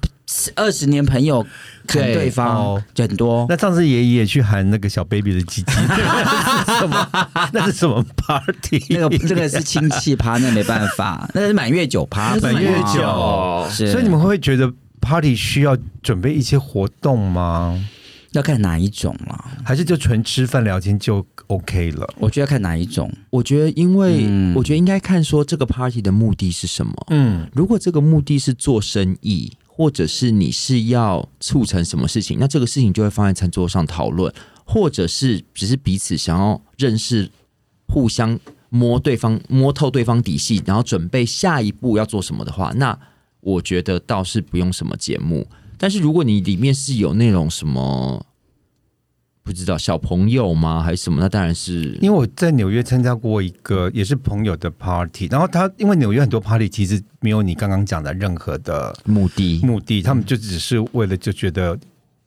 S3: 二十年朋友砍
S2: 对
S3: 对方
S1: 哦，
S3: 就很多。
S1: 那上次爷爷去喊那个小 baby 的鸡 鸡，那是什么？那是什么 party？
S3: 那 个这个是亲戚趴，那没办法，那是满月酒趴，
S1: 满月酒
S2: 哦
S3: 是
S1: 所以你们会不会觉得 party 需要准备一些活动吗？
S3: 要看哪一种啊了？
S1: 还是就纯吃饭聊天就 OK 了？
S3: 我觉得要看哪一种。
S2: 我觉得，因为、
S3: 嗯
S2: 我觉得应该看说这个 party 的目的是什么。
S1: 嗯，
S2: 如果这个目的是做生意，或者是你是要促成什么事情，那这个事情就会放在餐桌上讨论，或者是只是彼此想要认识、互相摸对方、摸透对方底细，然后准备下一步要做什么的话，那我觉得倒是不用什么节目。但是如果你里面是有那种什么不知道小朋友吗，还是什么，那当然是
S1: 因为我在纽约参加过一个也是朋友的 party，然后他因为纽约很多 party 其实没有你刚刚讲的任何的
S2: 目的。
S1: 目的，他们就只是为了就觉得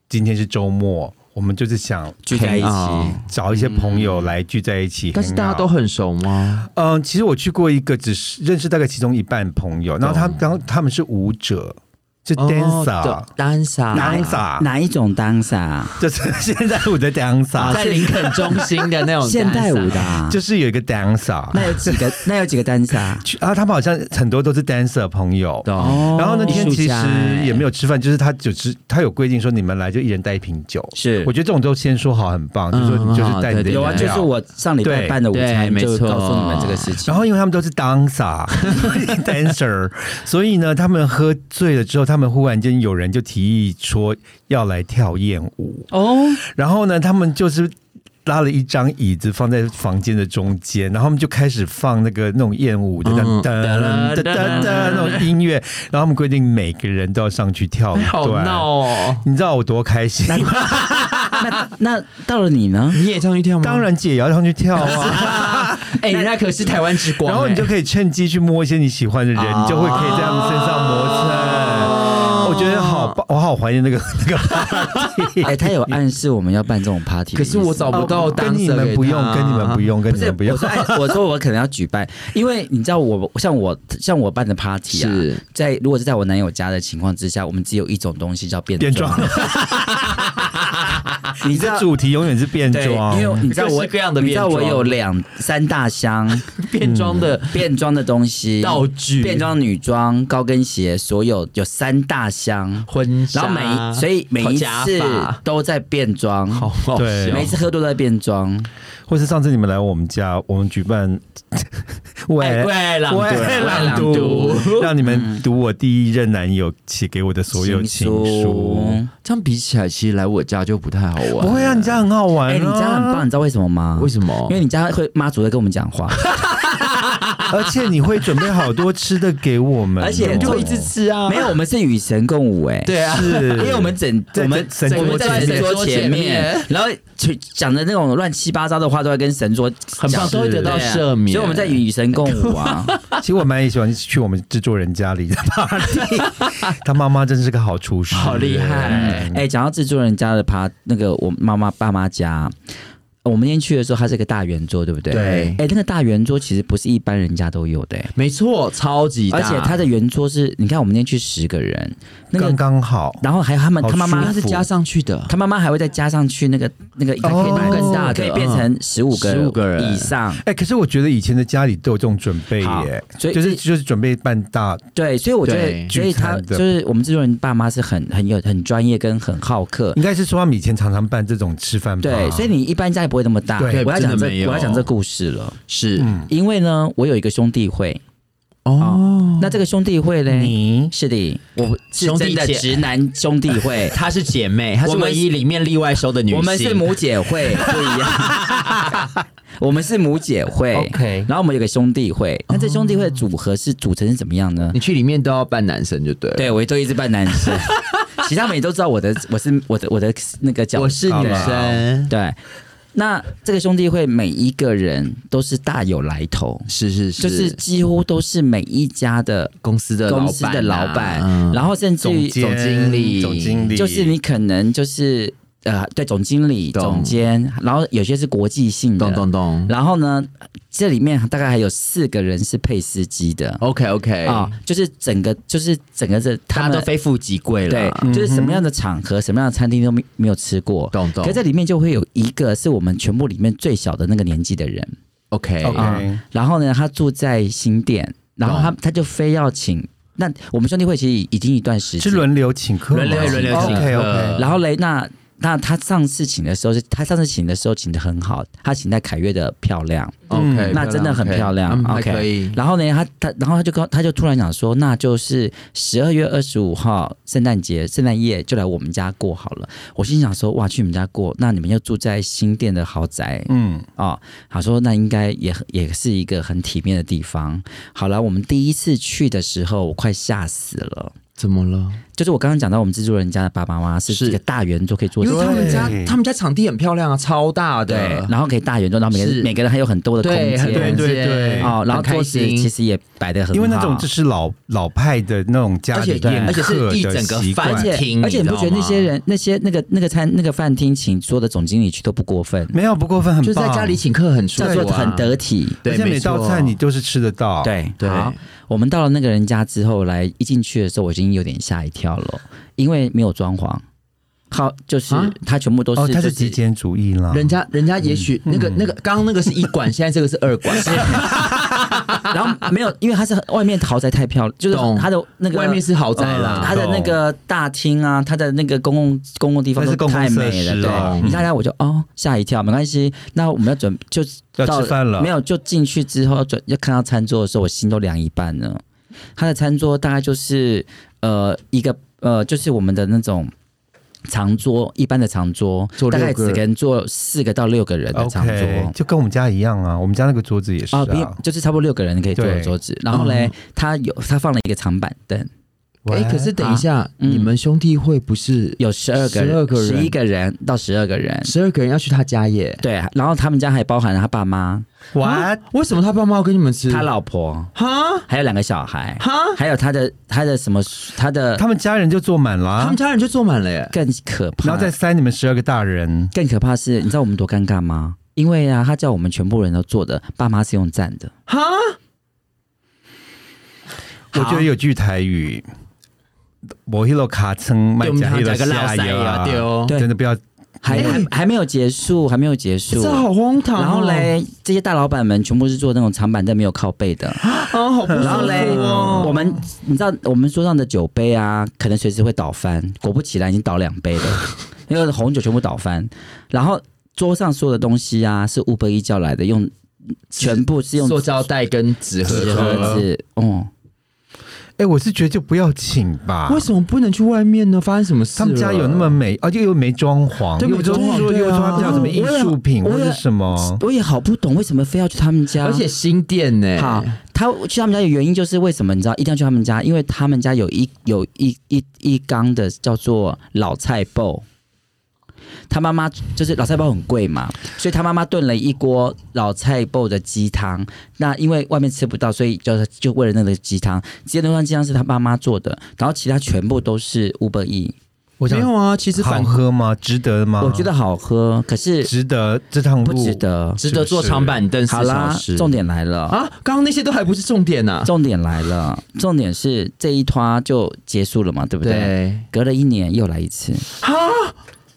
S1: 今天是周末，我们就是想
S3: 聚在一起
S2: Hang out
S1: 找一些朋友来聚在一起。
S2: 嗯但是大
S1: hang
S2: 家
S1: out
S2: 都很熟吗？
S1: 嗯，其实我去过一个，只是认识大概其中一半朋友，然后他们，然后他们是舞者，是
S2: 哦
S1: dancer，dancer，、
S2: dancer，啊
S3: 哪一种 dancer？啊
S1: 就是 现在舞的 dancer，、
S2: 在林肯中心的那种
S3: 现代舞
S2: dancer
S3: 的。啊。
S1: 就是有一个 dancer，
S3: 那有几 个？那有几个 dancer？
S1: 去啊，他们好像很多都是 dancer 朋友。
S2: 懂？
S1: 然后那天
S2: 艺术
S1: 其
S2: 家
S1: 实
S2: 哎
S1: 也没有吃饭，就是他只是他有规定说你们来就一人带一瓶酒，
S3: 是
S1: 我觉得这种都先说好，很棒，就是说
S2: 嗯
S1: 你就是
S2: 很好
S1: 带你的
S2: 对
S1: 饮
S3: 有啊，
S1: 料
S3: 就是我上礼拜
S1: 对
S3: 办的午
S2: 对
S3: 餐，
S2: 没
S3: 就
S2: 错
S3: 告诉你们这个事情。
S1: 然后因为他们都是 dancer dancer，所以呢，他们喝醉了之后，他们忽然间有人就提议说要来跳艳舞，
S3: 哦，
S1: 然后呢，他们就是。拉了一张椅子放在房间的中间，然后他们就开始放那个那种艳舞的
S2: 嗯
S1: 噔噔噔噔噔那种音乐，然后他们规定每个人都要上去跳一
S2: 哎好
S1: 段。
S2: 闹哦！
S1: 你知道我多开心？
S3: 那到了你 呢？
S2: 你也上去跳吗？
S1: 当，然姐也要上去跳啊，
S2: 哎，人家可 是台湾之光，
S1: 然后你就
S2: 哎
S1: 可以趁机去摸一些你喜欢的人，你就会可以在他们身上磨
S2: 哦
S1: 蹭。我觉得好
S3: 哦
S1: 棒，我好怀念那 个那个 party。
S3: 哎，他有暗示我们要办这种 party，
S2: 可
S3: 的
S2: 是我找
S3: 意思吗
S2: 不到
S1: 跟你
S2: dancer 给
S1: 们
S2: 他
S1: 不用，跟你们不用，跟
S3: 啊不
S1: 你
S3: 是
S1: 们不用
S3: 我。说哎，我说我可能要举办，因为你知道我像我像我办的 party 啊，
S2: 是
S3: 在如果是在我男友家的情况之下，我们只有一种东西叫变
S1: 变 装，
S3: 你
S1: 你
S3: 知道
S1: 这。主题永远是变
S3: 对，
S1: 装。
S3: 因为你知道
S2: 各
S3: 我，
S2: 式各样的
S3: 你知道
S2: 变
S3: 我
S2: 装
S3: 有两三大箱 嗯
S2: 变装的
S3: 变装的东西，
S2: 道具，
S3: 变装女装、高跟鞋，所有有三大箱，
S2: 婚纱，
S3: 然后每一所以每一
S2: 假
S3: 次
S2: 发
S3: 都在变装，
S2: 好好
S1: 对
S2: 笑哎
S3: 每一次喝都在变装，
S1: 或是上次你们来我们家，我们举 办
S2: 哎
S1: 喂
S2: 喂，朗读，
S1: 喂
S2: 朗
S1: 朗
S2: 读
S1: 读，，
S3: 嗯
S1: 让你们读我第一任男友写给我的所有情书。。
S2: 这样比起来，其实来我家就不太好玩。
S1: 不会啊，你家很好玩、啊。
S3: 哎、你家很棒，你知道为什么吗？
S2: 为什么？
S3: 因为你家会妈祖在跟我们讲话，
S1: 而且你会准备好多吃的给我们哦，
S3: 而且
S2: 就一直吃啊，
S3: 没有，我们是与神共舞哎、
S2: 对啊，
S1: 是，
S3: 因为我们整
S1: 在
S3: 我们
S1: 神
S3: 我们
S1: 桌
S3: 在
S1: 前
S3: 神
S1: 面
S3: 桌前面，然后就讲的那种乱七八糟的话，都要跟神桌
S2: 很棒
S3: 讲
S2: 都会得到
S3: 对啊
S2: 赦免
S3: 所以我们在与神共舞啊。
S1: 其实我蛮喜欢去我们制作人家里的 party，他妈妈真是个好厨师，
S2: 好厉害
S3: 哎、讲到制作人家的趴，那个我妈妈爸妈家，呃我们今天去的时候，它是一个大圆桌，对不对？
S1: 对
S3: 哎、那个大圆桌其实不是一般人家都有的、哎
S2: 没错，超级大，
S3: 而且它的圆桌是，你看我们今天去十个人，那
S1: 刚
S3: 个，
S1: 刚好。
S3: 然后还有他们
S1: 好
S3: 他妈
S1: 舒
S3: 妈
S1: 服
S2: 是加上去的，
S3: 他妈妈还会再加上去那个那个，
S1: 哦
S3: 可以弄更大的，
S2: 可
S3: 可
S2: 以
S3: 以变成十五个
S2: 15个人
S3: 以上。
S1: 哎、可是我觉得以前的家里都有这种准备
S3: 好
S1: 耶，
S3: 所以
S1: 就是就是准备办大，
S3: 对，所以我觉
S2: 对
S3: 得，所以他
S1: 聚餐的
S3: 就是我们制作人爸妈是很很有很专业跟很好客，
S1: 应该是说他们以前常常办这种吃饭吧
S3: 对，所以你一般家也不会那么大。
S1: 嗯对
S3: 我要
S2: 真
S3: 讲
S2: 的没
S3: 这
S2: 有
S3: 我要讲这故事了，
S2: 是
S1: 嗯，
S3: 因为呢，我有一个兄弟会，啊
S2: 哦，
S3: 那这个兄弟会嘞，
S1: 你
S3: 是的，我是
S2: 兄弟
S3: 真的
S2: 姐，
S3: 直男兄弟会
S2: 她是姐妹，她是
S3: 我们
S2: 唯一里面例外收的女性，
S3: 我们是母姐会，不一样。 我们是母姐会
S1: OK
S3: 然后我们有个兄弟会。那这兄弟会的组合是组成是怎么样呢
S2: 你？去里面都要扮男生就对了，
S3: 对，我都一直扮男生， 其实他们也都知道我的，我是我的我的那个角色，
S2: 我是女
S1: 好吧
S2: 生，
S3: 对，那这个兄弟会每一个人都是大有来头，
S2: 是是是，
S3: 就是几乎都是每一家的
S2: 公司的啊
S3: 公司的老板，然
S2: 后
S3: 后甚至于
S1: 总监
S2: 嗯总经理
S1: 总经理
S3: 就是你可能就是呃，对，总经理、
S2: 懂
S3: 总监，然后有些是国际性的，
S2: 咚咚咚
S3: 然后呢，这里面大概还有四个人是配司机的啊、
S2: ，OK OK，
S3: 就是整个就是整个这
S2: 大
S3: 他
S2: 家都
S3: 们
S2: 非富即贵
S3: 对
S2: 了，，
S3: 就是什么样的场合、什么样的餐厅都没没有吃过。
S2: 懂懂
S3: 可这里面就会有一个是我们全部里面最小的那个年纪的人，
S2: ，OK，
S3: 啊
S1: OK，
S3: 然后呢，他住在新店，然后他
S1: 哦
S3: 他就非要请。那我们兄弟会其实已经一段时
S1: 是
S3: 间，
S1: 轮流请客吗，哦
S2: 轮流轮流请
S1: OK OK，
S2: 客
S3: 然后雷娜，那他上次请的时候是，他上次请的时候请的很好，他请在凯悦的漂亮，
S2: 哦 OK，
S3: 那真的很漂亮
S2: 嗯还
S3: OK
S2: 可以，
S3: 然后呢，他他然后他就跟他就突然讲说，那就是十二月二十五号圣诞节圣诞夜就来我们家过好了。我心想说，哇，去你们家过，那你们又住在新店的豪宅
S1: 嗯，
S3: 哦。他说那应该也也是一个很体面的地方。好了，我们第一次去的时候，我快吓死了。
S2: 怎么了？
S3: 就是我刚刚讲到，我们制作人家的爸爸妈妈是
S2: 是
S3: 一个大圆桌，可以坐
S2: 因为他们家
S1: 对
S2: 他们家场地很漂亮啊，超大的，
S3: 对，然后可以大圆桌，然后每个
S2: 是
S3: 人每个人还有很多的空
S2: 对，很多
S1: 对
S3: 间
S2: 空
S1: 对
S2: 间
S1: 对
S3: 哦，然后
S2: 很开
S3: 桌子
S2: 心
S3: 其实也摆的很好，
S1: 因为那种就是老老派的那种家
S2: 而且
S1: 里宴
S2: 而且是
S1: 客
S2: 一
S1: 的
S2: 整个
S1: 习
S2: 饭
S1: 惯
S3: 而，且
S2: 厅
S3: 而且
S2: 你
S3: 你
S2: 知
S3: 不
S2: 道
S3: 觉得那些
S2: 吗
S3: 人那些那个那个餐那个饭厅请桌的总经理去都不过分，
S2: 啊
S1: 没有不过分，很
S2: 就是
S1: 棒。
S2: 在家里请客很舒
S3: 叫
S2: 服
S3: 做
S2: 啊，
S3: 很得体。
S1: 而
S2: 对，
S1: 且
S2: 没
S1: 每道
S2: 错
S1: 菜你都是吃得到。，
S3: 对
S2: 哦对
S3: 好，我们到了那个人家之后，来一进去的时候，我已经有点吓一跳了，因为没有装潢，好，就是
S2: 啊
S3: 它全部都
S1: 哦，
S3: 是
S1: 他
S3: 就是
S1: 极简主义啦。
S2: 人家人家也许那个那个刚刚那个是一馆，现在这个是二馆，
S3: 然后没有，因为它是外面豪宅太漂亮，就是
S2: 懂
S3: 它的那个
S2: 外面是豪宅
S1: 嗯
S2: 啦
S3: 它。的那个大厅啊，它的那个公共公共地方
S1: 那是
S3: 都
S1: 公共
S3: 太
S1: 设
S3: 美
S1: 施
S3: 了，
S1: 哦
S3: 对，你大家我就哦吓一跳，没关系，那我们要准就
S1: 要
S3: 到
S1: 吃饭了
S3: 没有就进去之后要准要看到餐桌的时候，我心都凉一半了。它的餐桌大概就是呃一个呃就是我们的那种。长桌一般的长桌
S2: 坐，
S3: 大
S2: 六
S3: 概
S2: 个
S3: 只能坐四个到六个人的长桌。
S1: OK，就跟我们家一样啊，我们家那个桌子也是
S3: 啊，比
S1: 啊。
S3: 就是差不多六个人可以坐的
S1: 对
S3: 桌子，然后嘞
S2: 嗯，
S3: 他有他放了一个长板凳，
S2: 哎，可是等一下，
S3: 嗯
S2: 你们兄弟会不是
S3: 有十二个
S2: 12个人
S3: 十一个人到十二个人，
S2: 十二个人要去他家耶？啊
S3: 对，然后他们家还包含了他爸妈、
S1: 哇，
S2: 为什么他爸妈要跟你们吃？
S3: 他老婆，
S2: 哈
S3: 还有两个小孩，
S2: 哈，
S3: 还有他的他的什么他的
S1: 他们家人就坐满了
S2: 呃他
S1: 啊
S2: 们，家人就坐满了耶。
S3: 更可怕，
S1: 然后再塞你们十二个大人。
S3: 更可怕是，你知道我们多尴尬吗？因为啊，他叫我们全部人都坐的，爸妈是用站的，
S2: 哈，
S1: 我觉得有句台语，我一路卡称卖
S2: 对我们
S1: 家
S2: 讲
S1: 一路
S2: 个老
S1: 下
S2: 塞
S1: 游
S2: 呀，
S1: 啊，
S2: 对哦，
S3: 对
S1: 真的不要
S3: 还还还没有结束，还没有结束。
S2: 哎这好荒唐哦。
S3: 然后嘞，这些大老板们全部是坐那种长板凳，没有靠背的。
S2: 啊，好不舒服
S3: 然后嘞，
S2: 哦。
S3: 我们你知道我们桌上的酒杯啊，可能随时会倒翻。果不其然，已经倒两杯了， 因为红酒全部倒翻。然后桌上所有的东西啊，是 Uber 一叫来的，用全部是用
S2: 塑胶袋跟纸盒
S3: 纸盒
S2: 装。
S3: 子。
S2: 啊
S3: 哦，
S1: 哎，我是觉得就不要请吧
S2: 为。什么不能去外面呢？发生什么事？
S1: 啊他们家有那么？美，而且又没装潢，
S2: 对
S1: 又
S2: 没装潢
S1: 说
S2: 对啊
S1: 又说他们家有什么艺术品
S3: 我也
S1: 或者什么，
S3: 我也好不懂为什么非要去他们家，
S2: 而且新店
S1: 哎
S2: 呢？
S3: 好，他去他们家的原因就是为什么你知道一定要去他们家，因为他们家有一有一一一缸的叫做老菜包。他妈妈就是老菜包很贵嘛，所以他妈妈炖了一锅老菜包的鸡汤。那因为外面吃不到，所以就是就为了那个鸡汤，直接那罐鸡汤是他妈妈做的，然后其他全部都是 Uber E。
S1: 我
S2: 没
S1: 想
S2: 有啊，其实
S1: 好
S2: 反
S1: 喝吗？值得吗？
S3: 我觉得好喝，可是
S1: 值得这趟路
S3: 不值得。
S2: 值得坐
S1: 是不是
S2: 长板凳四
S3: 好
S2: 小
S3: 啦
S2: 时。，
S3: 重点来了
S2: 啊，刚刚那些都还不是重点啊呢、
S3: 重点来了，重点是这一拖就结束了嘛，对不对？
S2: 对，
S3: 隔了一年又来一次，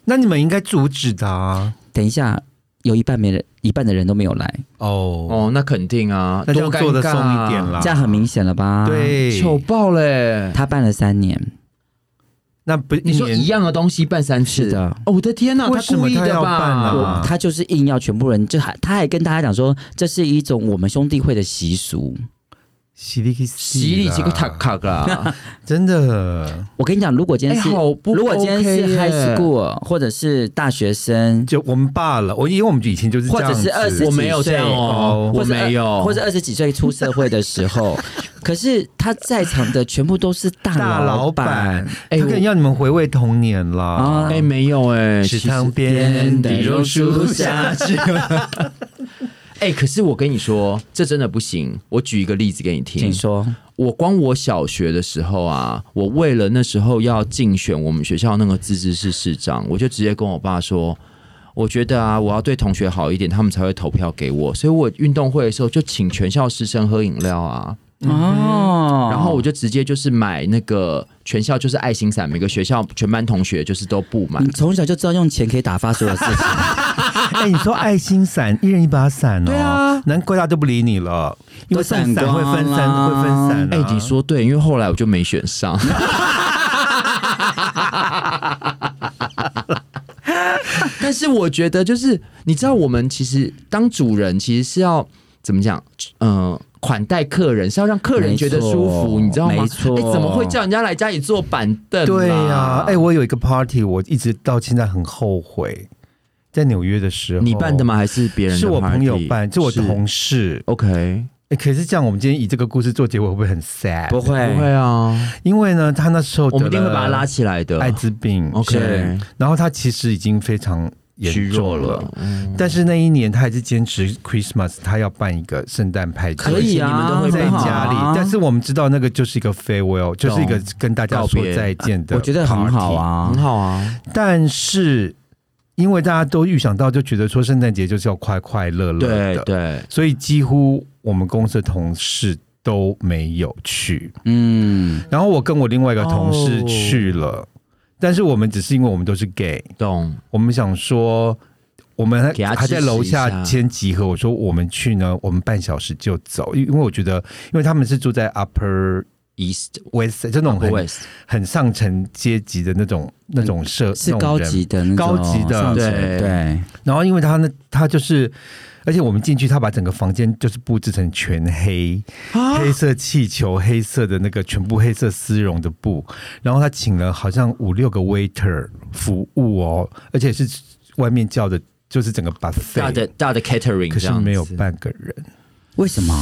S1: 那你们应该阻止他啊
S3: 等一下有一半没人，一半的人都没有来，
S1: 哦，
S2: 哦，那肯定啊，
S1: 那这样
S2: 多尴
S1: 做得
S2: 尬
S1: 松一点啦啊
S3: 这样很明显了吧？，
S1: 对，
S2: 糗爆嘞！
S3: 他办了三年，
S1: 那不
S2: 你说一
S1: 年
S2: 样的东西办三次
S3: 是的
S2: 哦，我的天呐、
S1: 为什么
S2: 故意
S1: 他
S2: 的
S1: 要办
S2: 吧？
S1: 啊
S3: 我他就是硬要全部人，就还他还跟大家讲说，这是一种我们兄弟会的习俗，
S1: 洗力洗
S2: 洗礼机过塔卡啦，
S1: 真的
S3: 我跟你讲，如果今
S2: 哎，
S3: 天是、
S2: 好不 OK 耶，
S3: 如果今天是 high school 或者是大学生，
S1: 就我们罢了。我因为我们以前就是这
S3: 或者
S1: 样
S3: 是
S1: 子，
S3: 二十，
S2: 我没有这样哦
S3: 或者
S2: 我没
S1: 呃
S2: 有
S3: 或者二十几岁出社会的时候，可是他在场的全部都是大
S1: 大老
S3: 板
S1: 板，，
S2: 哎
S1: 他可能
S2: 我
S1: 要你们回味童年啦。
S3: 啊
S2: 哎，没有哎，
S1: 池
S2: 其实
S1: 塘边的
S2: 榕
S1: 榕
S2: 树
S1: 树
S2: 下
S1: 下，
S2: 哎，可是我跟你说，这真的不行。我举一个例子给你听
S3: 请，说，
S2: 我光我小学的时候啊，我为了那时候要竞选我们学校那个自治市市长，我就直接跟我爸说，我觉得啊，我要对同学好一点，他们才会投票给我。所以我运动会的时候就请全校师生喝饮料啊，
S3: 哦，
S2: 然后我就直接就是买那个全校就是爱心伞，每个学校全班同学就是都布满
S3: 你。嗯从小就知道用钱可以打发所有事情，
S1: 哎，你说爱心伞，一人一把伞哦，
S2: 对啊
S1: 难怪他都不理你了，因为送伞
S3: 都散
S1: 会
S3: 光
S1: 分散，
S3: 啦
S1: 会分散啊。
S2: 哎、你说对，因为后来我就没选上。 但是我觉得，就是你知道，我们其实当主人其实是要怎么讲？嗯、款待客人是要让客人觉得舒服，
S3: 没错
S2: 你知道吗？
S3: 没错
S2: 哎怎么会叫人家来家里坐板凳啦？啊
S1: 对呀、哎，我有一个 party，我一直到现在很后悔，在纽约的时候，
S2: 你办的？吗？还是别人
S1: 哦是
S2: 的
S1: 我朋友
S2: party？
S1: 办，是我同事。
S2: OK，
S1: 哎，可是这样，我们今天以这个故事做结尾，会不会很 sad？
S3: 不，
S2: 不会
S3: 会，
S2: 啊，
S1: 因为呢，他那时候
S2: 我们一定
S1: 哎得了
S2: 会把他拉起来的。
S1: 艾滋病
S2: OK，
S1: 是然后他其实已经非常
S2: 虚
S1: 严
S2: 弱
S1: 重
S2: 了。嗯
S1: 但是那一年他还是坚持 Christmas，他要办一个圣诞派对，
S3: 可以啊，
S2: 你们都会
S1: 在
S2: 很好
S1: 家里。但是我们知道那个就是一个 farewell，就是一个跟大家
S2: 告
S1: 说
S2: 别
S1: 再见的，
S3: 我觉得很好。啊
S2: 很。好啊，
S1: 但是因为大家都预想到，就觉得说圣诞节就是要快快乐乐
S2: 对
S1: 的，
S2: 对，
S1: 所以几乎我们公司的同事都没有去。
S3: 嗯，
S1: 然后我跟我另外一个同事去了，
S2: 哦
S1: 但是我们只是因为我们都是 gay，
S2: 懂。
S1: 我们想说，我们
S2: 给他
S1: 还还
S2: 支持
S1: 在楼
S2: 一下
S1: 下先集合。我说我们去呢，我们半小时就走，因因为我觉得，因为他们是住在 Upper
S2: East
S1: West，就那种
S2: Upper
S1: 很
S2: West，
S1: 很上层阶级的那种那种社，
S3: 是
S1: 那种
S3: 高
S1: 人
S3: 级的那种
S1: 高级的
S3: 上层
S2: 对
S3: 对，
S1: 然后因为他呢，他就是，而且我们进去，他把整个房间就是布置成全黑，
S2: 啊
S1: 黑色气球、黑色的那个全部黑色丝绒的布，然后他请了好像五六个 waiter 服务哦，而且是外面叫的，就是整个
S2: 大的
S1: buffet。
S2: 大的 catering，
S1: 可是
S2: 这样子
S1: 没有半个人，
S3: 为什么？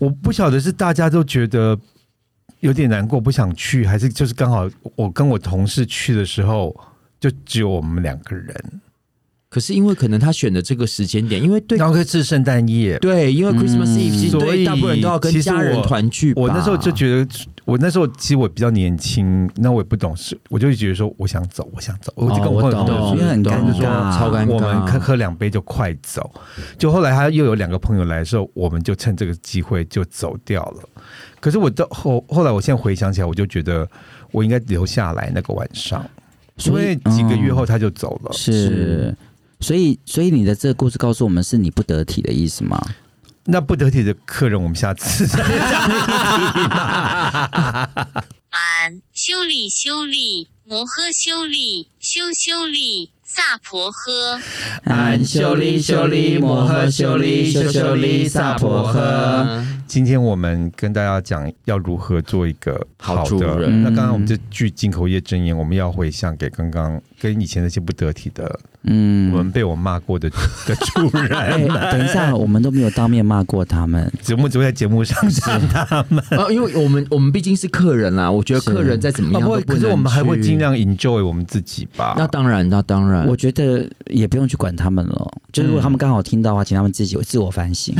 S1: 我不晓得是大家都觉得有点难过，不想去，还是就是刚好我跟我同事去的时候，就只有我们两个人，
S2: 可是因为可能他选的这个时间点，因为对
S1: 然后是圣诞夜，
S2: 对，因为 Christmas
S3: 嗯
S2: Eve，其实
S1: 所
S2: 对
S1: 以
S2: 大部分人都要跟
S1: 其实
S2: 家人
S1: 我
S2: 团聚吧。
S1: 我那时候就觉得，我那时候其实我比较年轻，那我也不懂事，我就觉得说我想走，我想走，我就跟我
S2: 我
S1: 朋
S2: 懂
S1: 友
S3: 哦因
S1: 说
S3: 为很
S2: 懂
S3: 尴
S1: 就是说
S3: 尬，
S2: 超尴尬
S1: 我们喝喝两杯就快走。就后来他又有两个朋友来的时候，我们就趁这个机会就走掉了。可是我到后后来，我现在回想起来，我就觉得我应该留下来那个晚上，因
S3: 所以
S1: 为几个月
S3: 嗯
S1: 后他就走了。
S3: 是，所以所以你的这个故事告诉我们是你不得体的意思吗？
S1: 那不得体的客人，我们下次
S4: 俺修理修理摩诃修理修修理萨婆诃。
S1: 哎
S3: 俺修理修理摩诃修理修修理萨 婆诃。
S1: 今天我们跟大家讲要如何做一个
S2: 好
S1: 好
S2: 主
S1: 的。
S2: 人
S1: 那刚刚我们这句进口业真言，我们要回向给刚刚跟以前那些不得体的，
S3: 嗯
S1: 我们被我骂过的的主
S3: 哎，
S1: 人。
S3: 等一下，我们都没有当面骂过他们。
S1: 节目只会在节目上讲的，
S2: 呃，因为我们我们毕竟是客人啦，我觉得客人再怎么样
S1: 啊
S2: 都
S1: 不
S2: 不
S1: 会
S2: 能去，
S1: 可是我们还会尽量啊 enjoy 我们自己吧。
S2: 那当然，那当然，
S3: 我觉得也不用去管他们了，就是如果他们刚好听到的话，请他们自己自我 反省。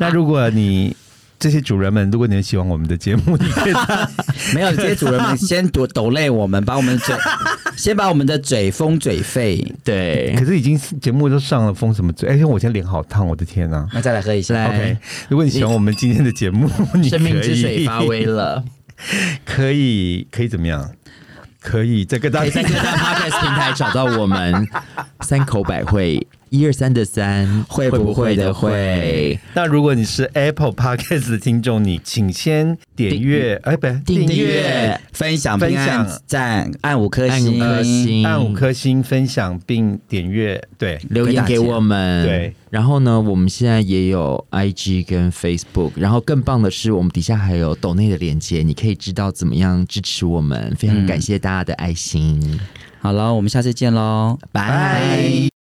S1: 那如果你这些主人们，如果你很喜欢我们的节目，你可以
S3: 没有，这些主人们先抖抖累我们，把我们的嘴， 先把我们的嘴封嘴肺，
S2: 对
S1: 可。是已经节目都上了，封什么嘴？哎，我现在脸好烫，我的天呐、
S3: 那再来喝一下
S2: 来。
S1: OK，如果你喜欢我们今天的节目， 你
S2: 哎生命之水
S1: 可以
S2: 发 威了，
S1: 可以可以怎么样？可以再跟大
S2: 可以
S1: 家
S2: 在各大 podcast 平台找到我们三口百惠一二三的三，
S3: 会不会的会。
S1: 那如果你是 Apple Podcast 的听众，你请先点阅，哎，不，
S3: 订
S1: 订
S3: 阅、分享、
S1: 分
S3: 并按
S1: 享
S3: 赞、按五颗
S2: 按
S3: 星、
S2: 五颗星，
S1: 按五颗星分享并点阅，对，
S2: 留言给我们。
S1: 对，
S2: 然后呢，我们现在也有 IG 跟 Facebook，然后更棒的是，我们底下还有抖内的链接，你可以知道怎么样支持我
S3: 嗯
S2: 们。非常感谢大家的爱心，
S3: 好了，我们下次见喽，
S2: 拜。